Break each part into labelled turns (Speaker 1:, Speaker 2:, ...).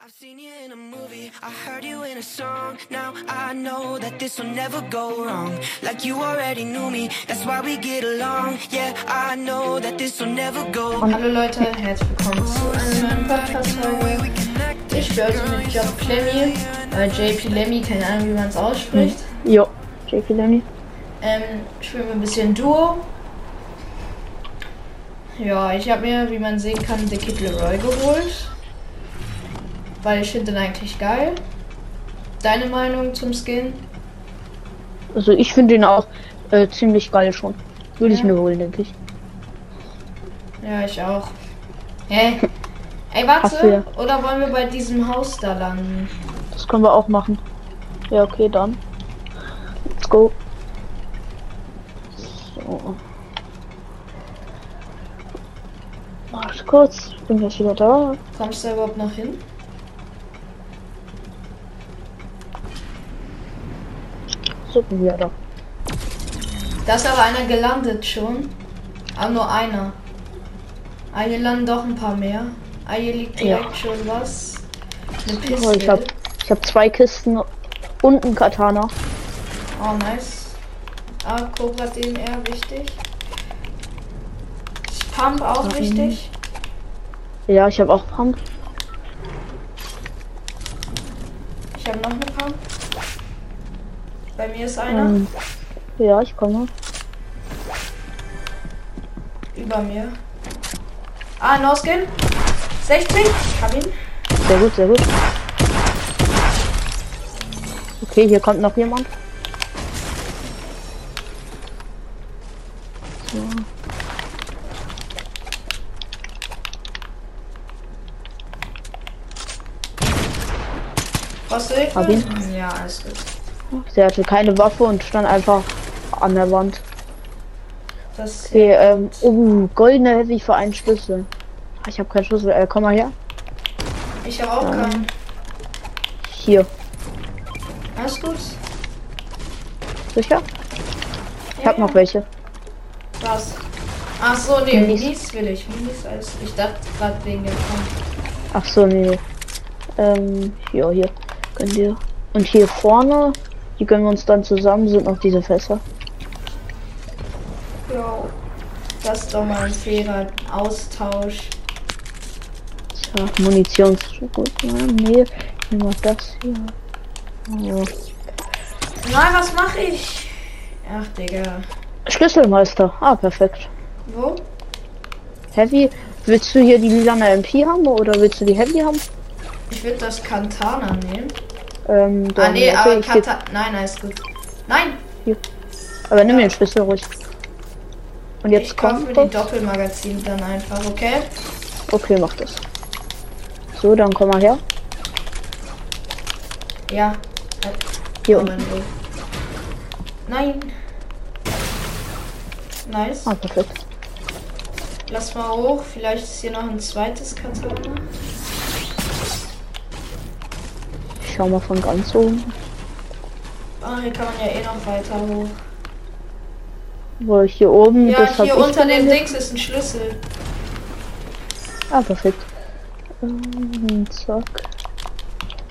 Speaker 1: I've seen you in a movie, I heard you in a song. Now I know that this will never go wrong. Like you already knew me, that's why we get along. Yeah, I know that this will never go
Speaker 2: Hallo Leute, herzlich willkommen zu einer neuen Podcast-Folge. Ich bin heute mit Job Lemmy, äh, JP Lemmy, keine Ahnung, wie man es ausspricht.
Speaker 3: Jo, JP Lemmy.
Speaker 2: Ähm, spielen wir ein bisschen Duo. Ja, ich habe mir, wie man sehen kann, The Kid Leroy geholt. Weil ich finde den eigentlich geil. Deine Meinung zum Skin?
Speaker 3: Also ich finde ihn auch äh, ziemlich geil schon. Würde ich
Speaker 2: Ja.
Speaker 3: mir holen, denke ich.
Speaker 2: Ja, ich auch. Hä? Ey,
Speaker 3: Hast du ja.
Speaker 2: warte, oder wollen wir bei diesem Haus da landen?
Speaker 3: Das können wir auch machen. Ja, okay, dann. Let's go. So. Warte kurz, bin gleich wieder da.
Speaker 2: Kommst du da überhaupt noch hin?
Speaker 3: So bin ich ja da.
Speaker 2: Da ist aber einer gelandet schon. Aber nur einer. Ah, hier landen doch ein paar mehr. Ah, hier liegt
Speaker 3: Ja.
Speaker 2: direkt schon was. Eine
Speaker 3: Oh,
Speaker 2: Pistole.
Speaker 3: ich habe ich hab zwei Kisten und einen Katana.
Speaker 2: Oh, nice. Ah, Cobra DMR, wichtig. Ist Pump auch wichtig.
Speaker 3: Ja, ich habe auch Pump.
Speaker 2: Ich habe noch eine Pump. Bei mir ist einer.
Speaker 3: Ähm, ja, ich komme.
Speaker 2: Über mir. Ah, No Skin. 60. Hab ihn.
Speaker 3: Sehr gut, sehr gut. Okay, hier kommt noch jemand. So.
Speaker 2: Brauchst du Hilfe?
Speaker 3: Hab ihn.
Speaker 2: Ja, alles gut.
Speaker 3: Sie hatte keine Waffe und stand einfach an der Wand.
Speaker 2: Das
Speaker 3: Okay, ähm, oh, goldene hätte ich für einen Schlüssel. Ah, Ich habe keinen Schlüssel. Äh, komm mal her.
Speaker 2: Ich habe auch keinen.
Speaker 3: Hier.
Speaker 2: Alles gut.
Speaker 3: Sicher? Ich habe
Speaker 2: Ja,
Speaker 3: noch welche.
Speaker 2: Was? Ach so, nee,
Speaker 3: Minis.
Speaker 2: Minis will ich. Minis als. Ich dachte gerade wegen dem Kampf.
Speaker 3: Ach so, nee. Ähm, ja, hier. Gönn dir. Und hier vorne, die gönnen wir uns dann zusammen, sind noch diese Fässer.
Speaker 2: Jo. Das ist doch mal ein fairer Austausch.
Speaker 3: Ja, Munition ist schon gut. Ja, ne? nee, ich nehme mal das hier. Oh.
Speaker 2: Na, was mache ich? Ach, Digga.
Speaker 3: Schlüsselmeister. Ah, perfekt.
Speaker 2: Wo?
Speaker 3: Heavy. Willst du hier die lilane MP haben oder willst du die Heavy haben?
Speaker 2: Ich würde das Kantana nehmen.
Speaker 3: Ähm,
Speaker 2: Ah,
Speaker 3: dann-
Speaker 2: nee,
Speaker 3: okay,
Speaker 2: aber
Speaker 3: ich geb-
Speaker 2: Kantana. Nein, alles gut. Nein!
Speaker 3: aber nimm den Schlüssel ruhig. Und
Speaker 2: ich
Speaker 3: jetzt
Speaker 2: kaufe mir
Speaker 3: kommt
Speaker 2: die
Speaker 3: das.
Speaker 2: Doppelmagazin dann einfach, okay?
Speaker 3: Okay, mach das. So, dann komm mal her.
Speaker 2: Ja. Äh,
Speaker 3: Hier
Speaker 2: Moment,
Speaker 3: unten.
Speaker 2: wo? Nein. Nice.
Speaker 3: Ah, perfekt.
Speaker 2: Lass mal hoch, vielleicht ist hier noch ein zweites Katana.
Speaker 3: Ich schau mal von ganz oben.
Speaker 2: Ah, hier kann man ja eh noch weiter hoch.
Speaker 3: Wo ich hier oben.
Speaker 2: Ja,
Speaker 3: das hab
Speaker 2: hier
Speaker 3: ich
Speaker 2: unter dem
Speaker 3: gemacht.
Speaker 2: Dings ist ein Schlüssel.
Speaker 3: Ah, perfekt. Ähm, zack.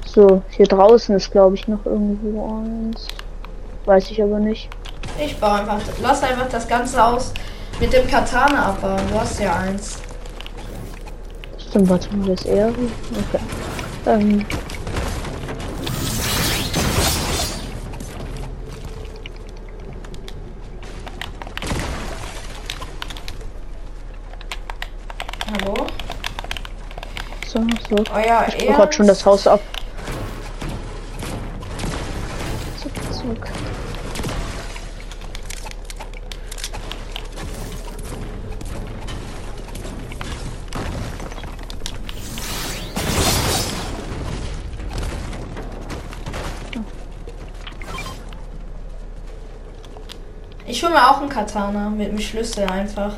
Speaker 3: So, hier draußen ist, glaube ich, noch irgendwo eins. Weiß ich aber nicht.
Speaker 2: Ich baue einfach, lass einfach das ganze Haus mit dem Katana abbauen. Du hast ja eins.
Speaker 3: Stimmt, warte mal, das ist eher. Okay. Ähm.
Speaker 2: Hallo? Oh
Speaker 3: So, so.
Speaker 2: Euer
Speaker 3: Ich baue grad schon das Haus ab. Zuck, zuck.
Speaker 2: Ich hol mir auch einen Katana mit dem Schlüssel einfach.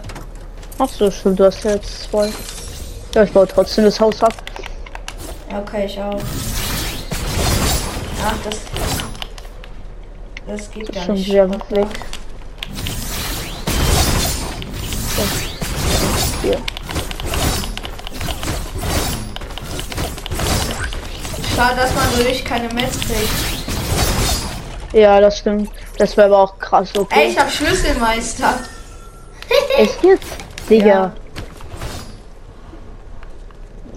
Speaker 3: Ach so, stimmt, du hast ja jetzt zwei. Ja, ich baue trotzdem das Haus ab.
Speaker 2: Ja, okay, ich auch. Ach, das. Das geht
Speaker 3: Ist
Speaker 2: gar
Speaker 3: schon
Speaker 2: nicht.
Speaker 3: sehr
Speaker 2: Schock,
Speaker 3: weg.
Speaker 2: ne?
Speaker 3: Hier.
Speaker 2: Schade, dass man dadurch keine Mets kriegt.
Speaker 3: Ja, das stimmt. Das wäre aber auch krass, okay.
Speaker 2: Ey, ich hab Schlüsselmeister.
Speaker 3: Echt jetzt? Digga.
Speaker 2: Ja.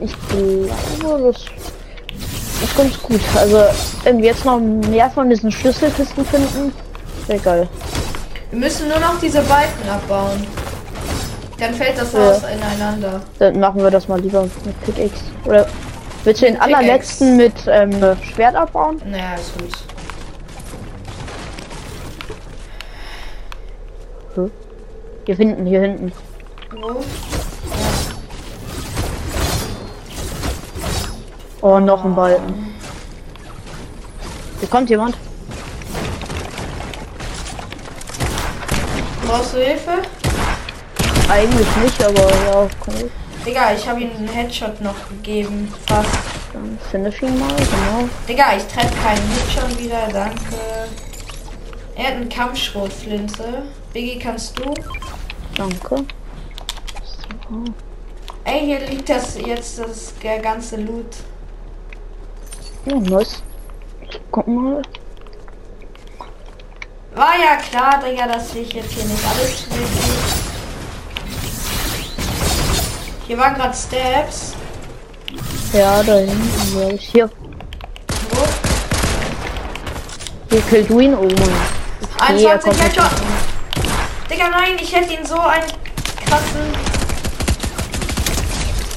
Speaker 3: Ich glaube, das ist ganz gut. Also, wenn wir jetzt noch mehr von diesen Schlüsselkisten finden, wäre geil.
Speaker 2: Wir müssen nur noch diese Balken abbauen. Dann fällt das
Speaker 3: Ja.
Speaker 2: Haus ineinander.
Speaker 3: Dann machen wir das mal lieber mit Pickaxe. Oder willst du den
Speaker 2: Pickaxe.
Speaker 3: allerletzten mit ähm, Schwert abbauen?
Speaker 2: Naja, ist gut.
Speaker 3: Hier hinten, hier hinten.
Speaker 2: Wo?
Speaker 3: Oh, noch ein Balken. Hier kommt jemand.
Speaker 2: Brauchst du Hilfe?
Speaker 3: Eigentlich nicht, aber ja, komm ich.
Speaker 2: Digga, ich habe ihm einen Headshot noch gegeben. Fast.
Speaker 3: Dann finish ihn mal, genau.
Speaker 2: Digga, ich treffe keinen Hit schon wieder, danke. Er hat einen Kampfschrotflinte. Biggie, kannst du?
Speaker 3: Danke.
Speaker 2: Ey, hier liegt das jetzt das der ganze Loot.
Speaker 3: Ja, oh, nice. Guck mal.
Speaker 2: War ja klar, Digga, dass ich jetzt hier nicht alles kriege. Hier waren gerade Steps.
Speaker 3: Ja, da hinten, glaub ich. Hier,
Speaker 2: Wo?
Speaker 3: hier kill du ihn. Oh Mann. Nee, er
Speaker 2: 21
Speaker 3: kommt nicht
Speaker 2: Headshot. Digga, nein, ich hätte ihn so einen krassen.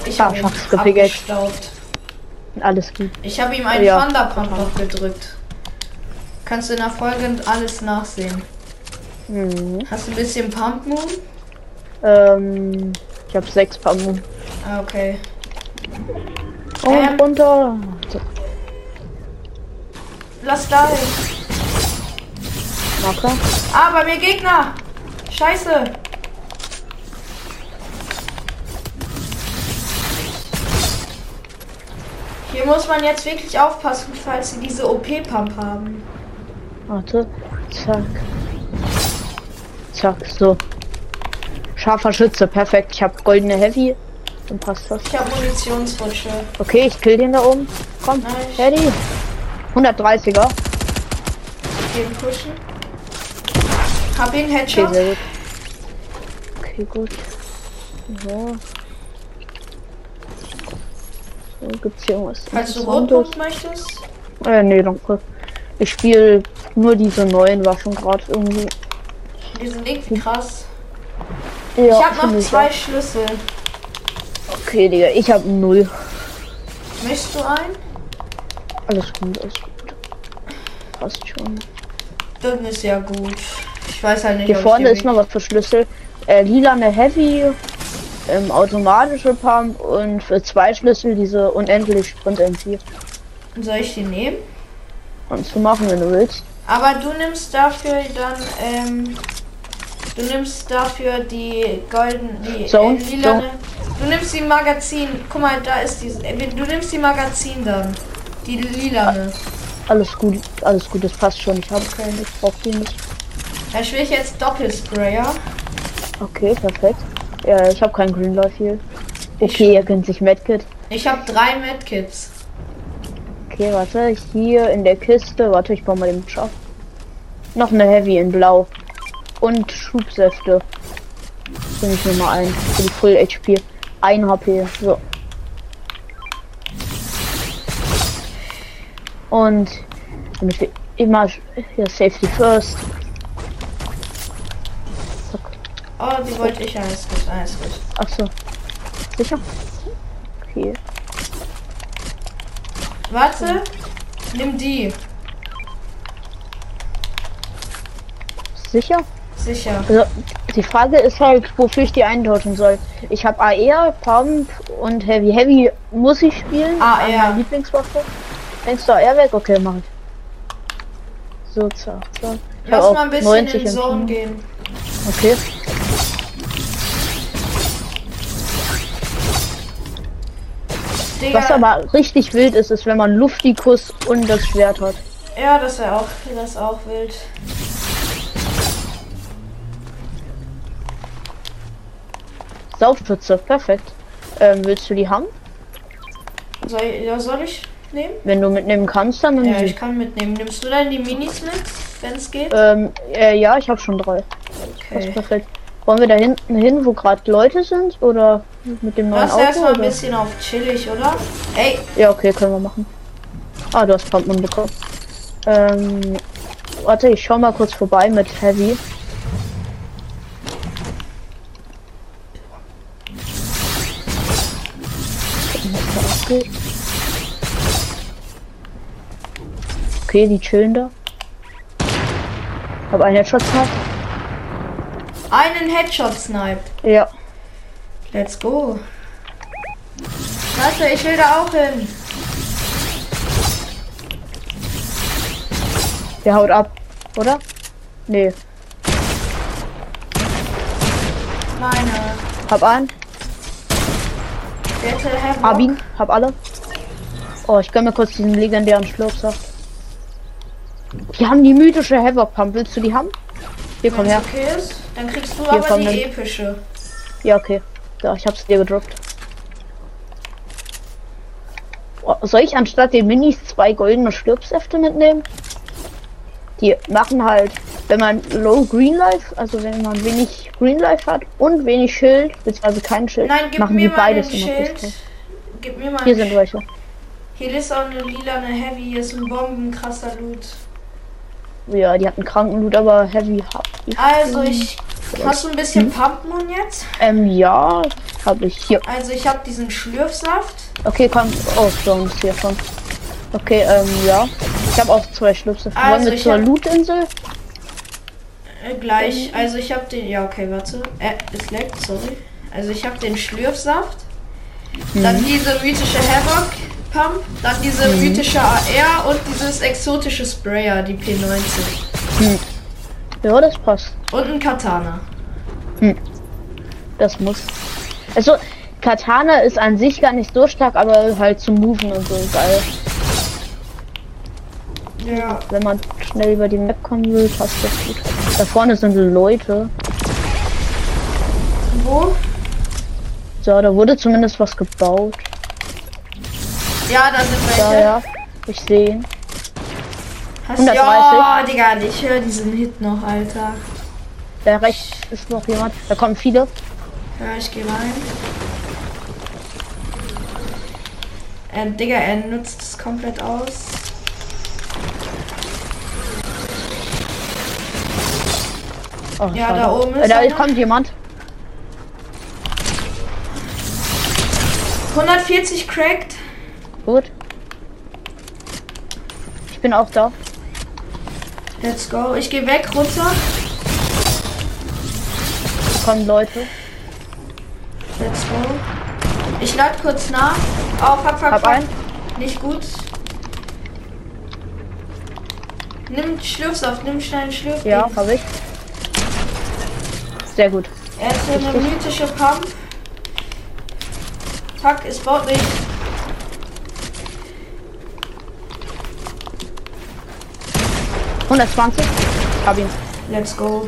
Speaker 2: Ich
Speaker 3: Ah,
Speaker 2: habe ihn
Speaker 3: schafft's, gepickt.
Speaker 2: abgestaubt.
Speaker 3: Alles gut.
Speaker 2: Ich habe ihm einen
Speaker 3: Ja.
Speaker 2: Thunderpump noch gedrückt. Kannst du in der Folge alles nachsehen.
Speaker 3: Mhm.
Speaker 2: Hast du ein bisschen Pump Moon?
Speaker 3: Ähm, ich hab sechs Pammun.
Speaker 2: Ah, okay.
Speaker 3: Und
Speaker 2: Ähm.
Speaker 3: runter. So,
Speaker 2: Lass da hin.
Speaker 3: Marker.
Speaker 2: Ah, bei mir Gegner! Scheiße! Hier muss man jetzt wirklich aufpassen, falls sie diese OP-Pump haben.
Speaker 3: Warte. Zack. Zack, so. Scharfer Schütze, perfekt. Ich hab goldene Heavy. Dann passt das.
Speaker 2: Ich habe Munitionsrutsche.
Speaker 3: Okay, ich kill den da oben. Komm,
Speaker 2: Nice.
Speaker 3: Teddy. 130er.
Speaker 2: Den pushen. Hab ihn
Speaker 3: Okay,
Speaker 2: Headshot.
Speaker 3: sehr gut. Okay, gut. So. so gibt's hier irgendwas?
Speaker 2: Falls du
Speaker 3: Interessantes?
Speaker 2: Rotpunkt möchtest.
Speaker 3: Äh, nee, danke. Ich spiele nur diese neuen Waffen gerade irgendwie.
Speaker 2: Die sind irgendwie krass.
Speaker 3: Ja,
Speaker 2: Ich habe noch
Speaker 3: finde
Speaker 2: zwei
Speaker 3: auch.
Speaker 2: Schlüssel.
Speaker 3: Okay, Digga, ich habe null.
Speaker 2: Möchtest du einen?
Speaker 3: Alles gut, alles gut. Passt schon.
Speaker 2: Das ist ja gut. Ich weiß halt nicht,
Speaker 3: Hier
Speaker 2: ob ich
Speaker 3: vorne
Speaker 2: dir
Speaker 3: ist noch was für Schlüssel. Äh, lilane Heavy, ähm, automatische Pump und für zwei Schlüssel diese unendlich Sprint MP.
Speaker 2: Soll ich die nehmen?
Speaker 3: Und zu machen, wenn du willst.
Speaker 2: Aber du nimmst dafür dann, ähm, du nimmst dafür die golden, die
Speaker 3: So,
Speaker 2: äh, lilane. Du nimmst die Magazin. Guck mal, da ist die. äh, Du nimmst die Magazin dann. Die lilane.
Speaker 3: Alles gut, alles gut, das passt schon. Ich habe keinen, ich brauche die nicht.
Speaker 2: Da spiele ich jetzt Doppelsprayer.
Speaker 3: Okay, perfekt. Ja, ich habe kein Green Life hier. Okay, ihr könnt sich Medkit.
Speaker 2: Ich habe drei Medkits.
Speaker 3: Okay, warte, hier in der Kiste. Warte, ich baue mal den Shop. Noch eine Heavy in Blau. Und Schubsäfte. Bring ich mir mal ein. Für die Full HP. Ein HP. So. Und damit wir immer hier Safety First. Zack.
Speaker 2: Oh, die wollte ich ja. Alles gut, alles gut.
Speaker 3: Ach so. Sicher? Okay.
Speaker 2: Warte. Nimm die.
Speaker 3: Sicher?
Speaker 2: Sicher.
Speaker 3: Also, die Frage ist halt, wofür ich die eintauschen soll. Ich habe AR, Pump und Heavy. Heavy muss ich spielen.
Speaker 2: AR.
Speaker 3: an meiner Lieblingswaffe. Denkst du AR weg? Okay, mach ich. So, zack, zack. Ich hab
Speaker 2: Lass
Speaker 3: auch
Speaker 2: mal ein bisschen
Speaker 3: 90
Speaker 2: in Zone
Speaker 3: entschieden.
Speaker 2: gehen.
Speaker 3: Okay.
Speaker 2: Digga,
Speaker 3: Was aber richtig wild ist, ist, wenn man Luftikus und das Schwert hat.
Speaker 2: Ja, das wäre auch, das ist auch wild.
Speaker 3: Saufschütze, perfekt. Ähm, willst du die haben?
Speaker 2: Soll, ja, soll ich? mitnehmen?
Speaker 3: Wenn du mitnehmen kannst, dann nimm
Speaker 2: Ja,
Speaker 3: sie.
Speaker 2: ich kann mitnehmen. Nimmst du dann die Minis mit, wenn es geht?
Speaker 3: Ähm, äh, ja, ich habe schon drei. Das ist
Speaker 2: Okay.
Speaker 3: perfekt. Wollen wir da hinten hin, wo gerade Leute sind? Oder mit dem neuen
Speaker 2: Lass
Speaker 3: Auto?
Speaker 2: erstmal ein
Speaker 3: oder?
Speaker 2: bisschen auf chillig, oder? Ey,
Speaker 3: Ja, okay, können wir machen. Ah, du hast Pumpman bekommen. Ähm, warte, ich schau mal kurz vorbei mit Heavy. Okay, die chillen da. Hab einen Headshot gehabt.
Speaker 2: einen Headshot snipe.
Speaker 3: Ja.
Speaker 2: Let's go. Warte, ich will da auch hin.
Speaker 3: Der haut ab, oder? Nee.
Speaker 2: Meine
Speaker 3: Hab einen,
Speaker 2: Battle Havoc.
Speaker 3: hab ihn, hab alle. Oh, ich gönn mir kurz diesen legendären Schlurpsaft. Die haben die mythische Havoc Pump. Willst du die haben? Hier, komm
Speaker 2: Wenn's
Speaker 3: her.
Speaker 2: Okay ist, dann kriegst du
Speaker 3: Hier,
Speaker 2: aber
Speaker 3: komm,
Speaker 2: die
Speaker 3: nimm.
Speaker 2: epische.
Speaker 3: Ja, okay. Ja, ich hab's dir gedrückt. Oh, soll ich anstatt den Minis zwei goldene Schlürpsäfte mitnehmen? Die machen halt, wenn man low Green Life, also wenn man wenig Green Life hat und wenig Schild, beziehungsweise kein Schild,
Speaker 2: Nein, gib
Speaker 3: machen
Speaker 2: mir
Speaker 3: die
Speaker 2: mal ein
Speaker 3: beides immer
Speaker 2: Schild.
Speaker 3: Pistole.
Speaker 2: Gib mir mal
Speaker 3: Hier
Speaker 2: ein
Speaker 3: sind welche.
Speaker 2: Hier ist auch eine lilane Heavy, hier ist ein bombenkrasser Loot.
Speaker 3: Ja, die hatten kranken Loot, aber Heavy hab ich.
Speaker 2: Also ich. Hast du ein
Speaker 3: Mhm.
Speaker 2: bisschen Pumpmon jetzt?
Speaker 3: Ähm, ja, hab ich hier.
Speaker 2: Also ich habe diesen Schlürfsaft.
Speaker 3: Okay, komm. Oh, schon ist hier schon. Okay, ähm, ja. Ich habe auch zwei Schlüpse.
Speaker 2: Also,
Speaker 3: Wollen wir
Speaker 2: ich
Speaker 3: zur
Speaker 2: hab-
Speaker 3: Lootinsel?
Speaker 2: Äh,
Speaker 3: Mhm.
Speaker 2: gleich. Also ich habe den. Ja, okay, warte. Äh, es leckt, sorry. Also ich habe den Schlürfsaft.
Speaker 3: Mhm.
Speaker 2: Dann diese mythische Havoc Pump. Dann diese mythische AR und dieses exotische Sprayer, die P90.
Speaker 3: Ja, das passt.
Speaker 2: Und ein Katana.
Speaker 3: Das muss. Also, Katana ist an sich gar nicht so stark, aber halt zum Moven und so geil.
Speaker 2: Ja.
Speaker 3: Wenn man schnell über die Map kommen will, passt das gut. Da vorne sind Leute.
Speaker 2: Wo?
Speaker 3: So, da wurde zumindest was gebaut.
Speaker 2: Ja, da sind welche.
Speaker 3: Ja, ja. Ich sehe ihn.
Speaker 2: Hast
Speaker 3: 130.
Speaker 2: ja, Digga, ich höre diesen Hit noch, Alter.
Speaker 3: Da rechts ist noch jemand. Da kommen viele.
Speaker 2: Ja, ich gehe rein. Äh, Digga, er nutzt es komplett aus.
Speaker 3: Oh,
Speaker 2: Ja,
Speaker 3: schade.
Speaker 2: da oben ist
Speaker 3: Äh, Da
Speaker 2: einer.
Speaker 3: kommt jemand.
Speaker 2: 140 cracked.
Speaker 3: Gut. Ich bin auch da.
Speaker 2: Let's go. Ich gehe weg, runter.
Speaker 3: Da kommen Leute.
Speaker 2: Let's go. Ich lade kurz nach. Oh, Auf, hab, hab,
Speaker 3: Hab einen.
Speaker 2: Nicht gut. Nimm Schlürfsaft, nimm schnell einen Schlürf.
Speaker 3: Ja, hab ich. Sehr gut.
Speaker 2: Er hat so eine mythische Pump. Fuck, es baut nicht. Hm.
Speaker 3: 120. Hab ihn.
Speaker 2: Let's go.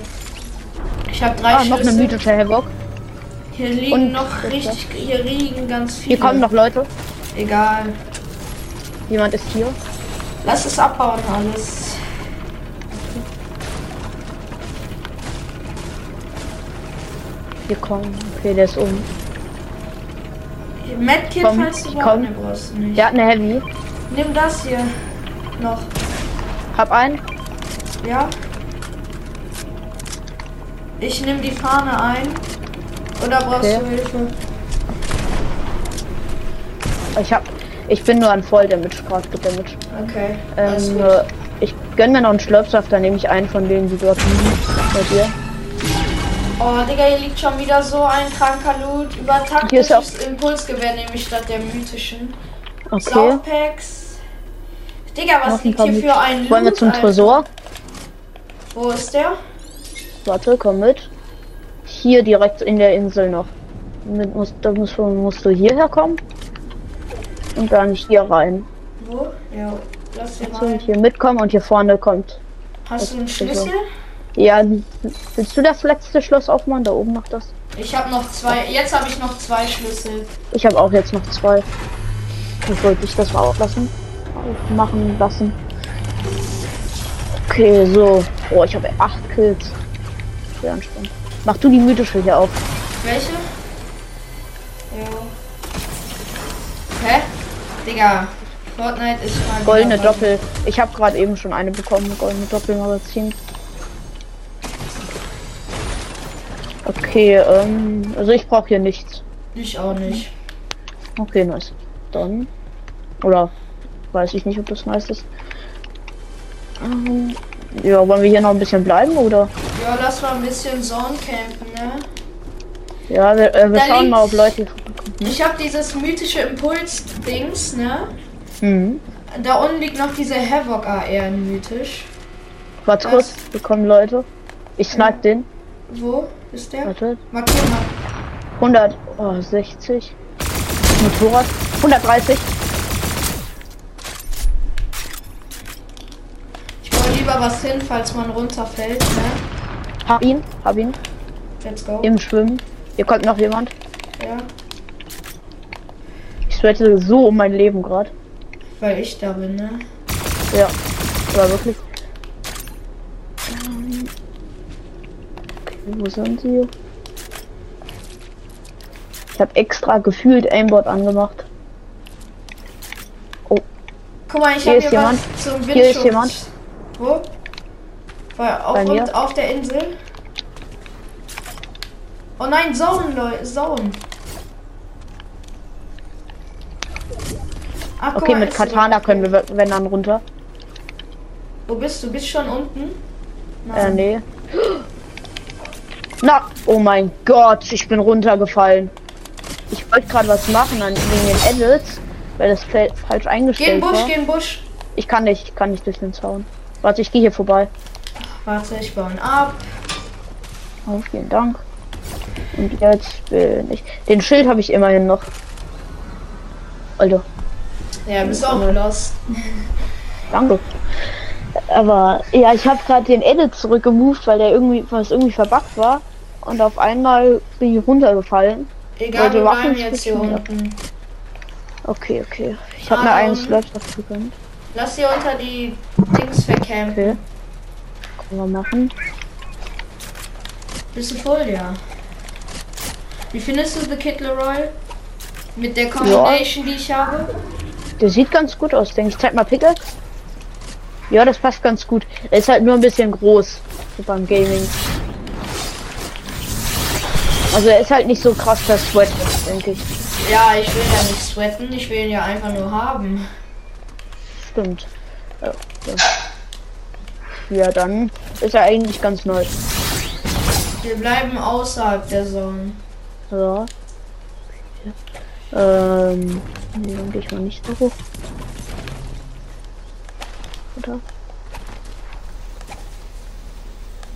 Speaker 2: Ich habe drei
Speaker 3: Ah, noch
Speaker 2: Schüsse.
Speaker 3: eine mythische Havoc.
Speaker 2: Hier liegen
Speaker 3: Und-
Speaker 2: noch richtig, hier liegen ganz viele.
Speaker 3: Hier kommen noch Leute.
Speaker 2: Egal.
Speaker 3: Jemand ist hier.
Speaker 2: Lass es abbauen alles.
Speaker 3: Hier kommen. Okay, der ist oben.
Speaker 2: Medkit,
Speaker 3: Komm,
Speaker 2: falls du
Speaker 3: ich
Speaker 2: brauchst.
Speaker 3: komm.
Speaker 2: Nee, brauchst du nicht.
Speaker 3: Der hat eine Heavy.
Speaker 2: Nimm das hier noch.
Speaker 3: Hab einen.
Speaker 2: Ja. Ich nehme die Fahne ein. Oder brauchst
Speaker 3: Okay.
Speaker 2: du Hilfe?
Speaker 3: Ich hab. Ich bin nur an Volldamage gerade gedamaged.
Speaker 2: Okay. alles
Speaker 3: Ähm,
Speaker 2: gut.
Speaker 3: äh, ich gönn mir noch einen Schlürpsaft, dann nehme ich einen von denen, die dort liegen. Bei dir.
Speaker 2: Oh, Digga, hier liegt schon wieder so ein kranker Loot. Über
Speaker 3: Hier ist
Speaker 2: taktisches Impulsgewehr nehme ich statt der mythischen.
Speaker 3: Okay.
Speaker 2: Laufpacks. Digga, was
Speaker 3: Noch ein
Speaker 2: liegt
Speaker 3: paar
Speaker 2: hier
Speaker 3: mit.
Speaker 2: für ein Loot?
Speaker 3: Wollen wir zum
Speaker 2: Alter?
Speaker 3: Tresor?
Speaker 2: Wo ist der?
Speaker 3: Warte, komm mit. Hier direkt in der Insel noch. Mit, musst, da musst, du- musst du hierher kommen. Und dann hier rein.
Speaker 2: Wo? Ja, lass den
Speaker 3: So,
Speaker 2: rein.
Speaker 3: hier mitkommen und hier vorne kommt.
Speaker 2: Hast du einen
Speaker 3: Tresor.
Speaker 2: Schlüssel?
Speaker 3: Ja, willst du das letzte Schloss aufmachen? Da oben noch das.
Speaker 2: Ich habe noch zwei. Jetzt habe ich noch zwei Schlüssel.
Speaker 3: Ich habe auch jetzt noch zwei. Ich wollte dich das mal auflassen. machen lassen. Okay, so. Oh, ich habe acht Kills. Sehr anstrengend. Mach du die mythische hier auf.
Speaker 2: Welche? Jo. Hä? Digga, Fortnite ist mal. wieder
Speaker 3: Goldene
Speaker 2: mal-
Speaker 3: Doppel. Ich habe gerade eben schon eine bekommen. Goldene Doppelmagazin. Okay, ähm, also ich brauche hier nichts.
Speaker 2: Ich auch nicht.
Speaker 3: Okay, nice. Dann. Oder weiß ich nicht, ob das nice ist. Ähm, ja, wollen wir hier noch ein bisschen bleiben oder?
Speaker 2: Ja, lass mal ein bisschen Zone campen, ne?
Speaker 3: Ja, wir, äh, wir
Speaker 2: Da
Speaker 3: schauen mal, ob Leute.
Speaker 2: Ich habe dieses mythische Impuls-Dings, ne?
Speaker 3: Hm.
Speaker 2: Da unten liegt noch diese Havoc AR mythisch.
Speaker 3: Warte kurz, wir kommen Leute. Ich snipe den.
Speaker 2: Wo ist der?
Speaker 3: Warte.
Speaker 2: Markier mal.
Speaker 3: 160. Motorrad. 130.
Speaker 2: Ich baue lieber was hin, falls man runterfällt, ne?
Speaker 3: Hab ihn. Hab ihn.
Speaker 2: Let's go.
Speaker 3: Im Schwimmen. Hier kommt noch jemand.
Speaker 2: Ja,
Speaker 3: Ich sweate so um mein Leben gerade.
Speaker 2: weil ich da bin, ne?
Speaker 3: Ja. Aber wirklich. Ähm, Okay, wo sind sie? Ich habe extra gefühlt Aimbot angemacht.
Speaker 2: Guck mal, ich
Speaker 3: Hier
Speaker 2: habe
Speaker 3: ist
Speaker 2: hier
Speaker 3: jemand.
Speaker 2: was zum Windschutz.
Speaker 3: Hier ist jemand.
Speaker 2: Wo? Bei, auf,
Speaker 3: Bei mir.
Speaker 2: und auf der Insel. Oh nein, Zone, Leute, Zone. Ach, Ah, guck
Speaker 3: Okay,
Speaker 2: mal,
Speaker 3: mit
Speaker 2: ist jemand.
Speaker 3: Katana können wir, wenn dann runter.
Speaker 2: Wo bist du? Bist schon unten?
Speaker 3: Äh,
Speaker 2: Nein.
Speaker 3: nee. Na, oh mein Gott, ich bin runtergefallen. Ich wollte gerade was machen an wegen den Edits, weil das fa- falsch
Speaker 2: Geh in
Speaker 3: eingestellt
Speaker 2: den Busch,
Speaker 3: war.
Speaker 2: geh in den Busch.
Speaker 3: Ich kann nicht, ich kann nicht durch den Zaun. Warte, ich gehe hier vorbei.
Speaker 2: Warte, ich baue ihn ab.
Speaker 3: Oh, vielen Dank. Und jetzt bin ich. Den Schild habe ich immerhin noch. Alter,
Speaker 2: Ja, bist auch los.
Speaker 3: danke. Aber ja, ich habe gerade den Edit zurückgemoved, weil der irgendwie was irgendwie verbuggt war. Und auf einmal bin ich runtergefallen.
Speaker 2: Egal,
Speaker 3: Leute,
Speaker 2: wir
Speaker 3: Waffen
Speaker 2: bleiben jetzt hier
Speaker 3: spielen.
Speaker 2: unten.
Speaker 3: Okay, okay. Ich habe mir einen
Speaker 2: Ähm.
Speaker 3: Slot dazu gegönnt.
Speaker 2: Lass hier unter die Dings vercampen.
Speaker 3: Okay. Können wir machen.
Speaker 2: Bist du voll, ja. Wie findest du The Kid Leroy? Mit der Combination, die ich habe?
Speaker 3: Der sieht ganz gut aus, denke ich. Zeig mal Pickaxe. Ja, das passt ganz gut. Er ist halt nur ein bisschen groß so beim Gaming. Also er ist halt nicht so krass der Sweat, denke ich.
Speaker 2: Ja, ich will ja nicht sweaten, ich will ihn ja einfach nur haben.
Speaker 3: Stimmt. Ja, ja. ja, dann ist er eigentlich ganz neu.
Speaker 2: Wir bleiben außerhalb der Zone.
Speaker 3: Ja. Ähm, nee, dann gehe ich mal nicht so hoch. Oder?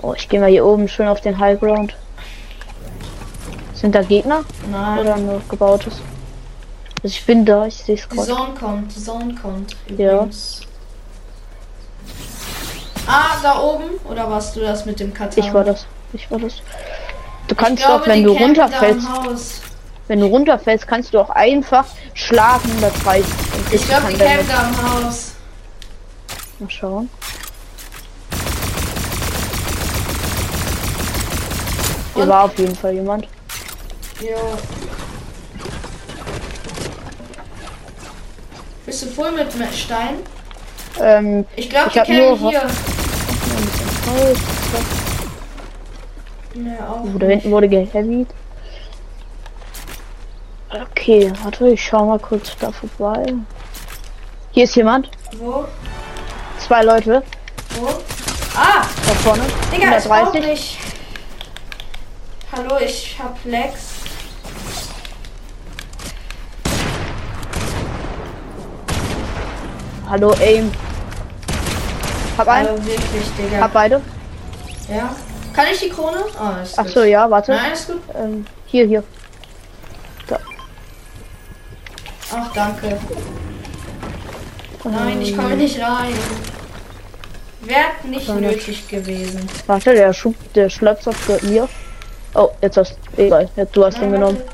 Speaker 3: Oh, ich gehe mal hier oben schön auf den High Ground. Sind da Gegner
Speaker 2: Nein.
Speaker 3: oder nur gebautes? Also ich bin da, ich sehe es
Speaker 2: Die
Speaker 3: gerade.
Speaker 2: Zone kommt, die Zone kommt.
Speaker 3: Ja.
Speaker 2: Übrigens. Ah, da oben? Oder warst du das mit dem Katar?
Speaker 3: Ich war das. Ich war das. Du kannst
Speaker 2: glaube,
Speaker 3: doch, wenn
Speaker 2: die
Speaker 3: du
Speaker 2: campen da im
Speaker 3: runterfällst,
Speaker 2: Haus.
Speaker 3: wenn du runterfällst, kannst du auch einfach schlagen, das reicht. Und
Speaker 2: Ich glaube, die
Speaker 3: dann
Speaker 2: campen da im Haus.
Speaker 3: Mal schauen. Hier
Speaker 2: Und-
Speaker 3: war auf jeden Fall jemand.
Speaker 2: Jo. Bist du voll mit mit Stein?
Speaker 3: Ähm,
Speaker 2: Ich glaube,
Speaker 3: Ich
Speaker 2: die
Speaker 3: hab
Speaker 2: campen
Speaker 3: nur-
Speaker 2: hier.
Speaker 3: oh,
Speaker 2: Nee, auch.
Speaker 3: da hinten wurde geheavied. Okay, warte, ich schau mal kurz da vorbei. Hier ist jemand.
Speaker 2: Wo?
Speaker 3: Zwei Leute
Speaker 2: Wo? Ah!
Speaker 3: da vorne.
Speaker 2: Digga, ich brauch
Speaker 3: 130.
Speaker 2: nicht. Hallo, ich hab Lex.
Speaker 3: Hallo, Aim. Hab einen,
Speaker 2: Also wirklich, Digga.
Speaker 3: hab beide.
Speaker 2: Ja. Kann ich die Krone? Ah, ist
Speaker 3: Ach
Speaker 2: gut.
Speaker 3: so, ja, warte.
Speaker 2: Nein, ist gut.
Speaker 3: Ähm, hier, hier.
Speaker 2: Ach, danke.
Speaker 3: Oh
Speaker 2: Nein, ich komme nicht rein. Wär nicht
Speaker 3: Gar nicht.
Speaker 2: nötig gewesen.
Speaker 3: Warte, der Schub, der Schlöpsopf gehört mir. Oh, jetzt hast egal, jetzt du hast ihn genommen.
Speaker 2: warte.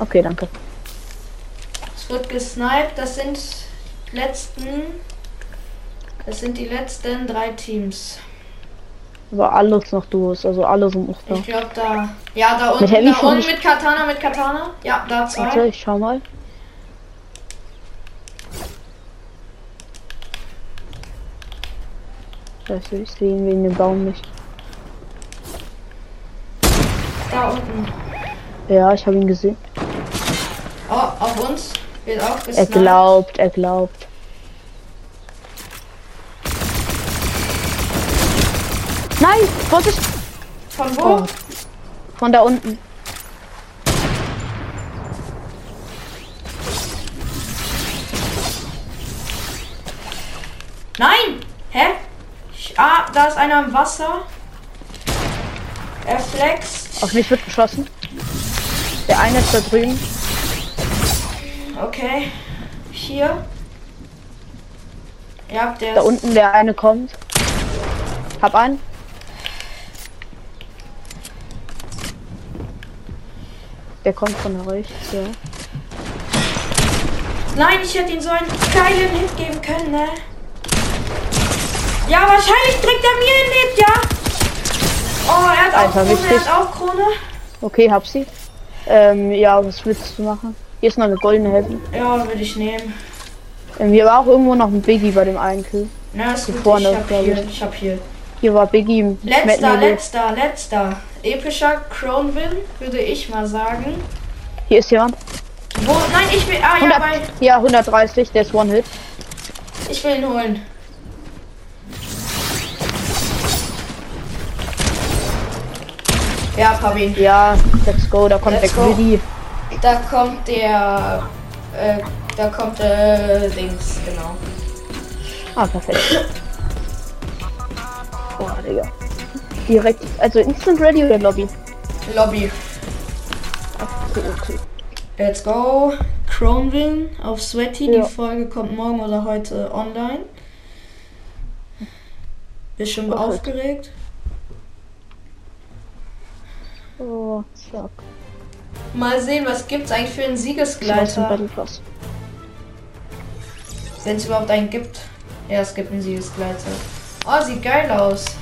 Speaker 3: Okay, danke.
Speaker 2: Es wird gesniped. Das sind letzten. Das sind die letzten drei Teams.
Speaker 3: Also alles noch Duos, also alles im Uchter.
Speaker 2: Ich glaube da. Ja, da unten.
Speaker 3: Heavy
Speaker 2: da
Speaker 3: schon
Speaker 2: unten
Speaker 3: nicht-
Speaker 2: mit Katana, mit Katana. Ja, da
Speaker 3: Warte,
Speaker 2: zwei.
Speaker 3: ich schau mal. Scheiße, ich sehe ihn wegen dem Baum nicht.
Speaker 2: Da unten.
Speaker 3: Ja, ich habe ihn gesehen.
Speaker 2: Oh, auf uns. Wird auch
Speaker 3: Er
Speaker 2: gesniped.
Speaker 3: glaubt, er glaubt. Nein, Vorsicht!
Speaker 2: Von wo?
Speaker 3: Oh. Von da unten.
Speaker 2: Nein! Hä? Ich, ah, da ist einer im Wasser. Er flext.
Speaker 3: Auf mich wird geschossen. Der eine ist da drüben.
Speaker 2: Okay. Hier. Ja, der
Speaker 3: Da
Speaker 2: ist.
Speaker 3: unten der eine kommt. Hab einen. Der kommt von rechts, ja.
Speaker 2: Nein, ich hätte ihm so einen geilen Hit geben können, ne? Ja, wahrscheinlich kriegt er mir einen Hit, ja? Oh, er hat auch
Speaker 3: Alter,
Speaker 2: Krone, er
Speaker 3: richtig.
Speaker 2: hat auch Krone.
Speaker 3: Okay, hab sie. Ähm, ja, was willst du machen? Hier ist noch eine goldene Heavy.
Speaker 2: Ja, würde ich nehmen.
Speaker 3: Ähm, hier war auch irgendwo noch ein Biggie bei dem einen Kill.
Speaker 2: Na, ist gut,
Speaker 3: vorne,
Speaker 2: ich hab
Speaker 3: glaub
Speaker 2: hier,
Speaker 3: ich.
Speaker 2: ich hab hier.
Speaker 3: Hier war Biggie im
Speaker 2: Letzter,
Speaker 3: Melee.
Speaker 2: letzter, letzter. Epischer Kronwin, würde ich mal sagen.
Speaker 3: Hier ist jemand.
Speaker 2: Wo, nein, ich will, ah, ja,
Speaker 3: 100,
Speaker 2: bei,
Speaker 3: ja, 130, der ist One-Hit.
Speaker 2: ich will ihn holen. Ja, hab ihn.
Speaker 3: Ja, let's go, da kommt
Speaker 2: Let's
Speaker 3: der
Speaker 2: go.
Speaker 3: Greedy.
Speaker 2: Da kommt der. Äh, da kommt äh, Dings, genau.
Speaker 3: Ah, perfekt. Boah, Digga. Direkt, also Instant Ready oder Lobby?
Speaker 2: Lobby.
Speaker 3: Okay, okay.
Speaker 2: Let's go. Kronwin auf Sweaty.
Speaker 3: Ja.
Speaker 2: Die Folge kommt morgen oder heute online. Bist schon
Speaker 3: Okay.
Speaker 2: aufgeregt?
Speaker 3: Oh, zack.
Speaker 2: Mal sehen, was gibt's eigentlich für einen
Speaker 3: Schmeiß den
Speaker 2: Siegesgleiter?
Speaker 3: Battle Pass.
Speaker 2: Wenn es überhaupt einen gibt. Ja, es gibt einen Siegesgleiter. Oh, sieht geil aus.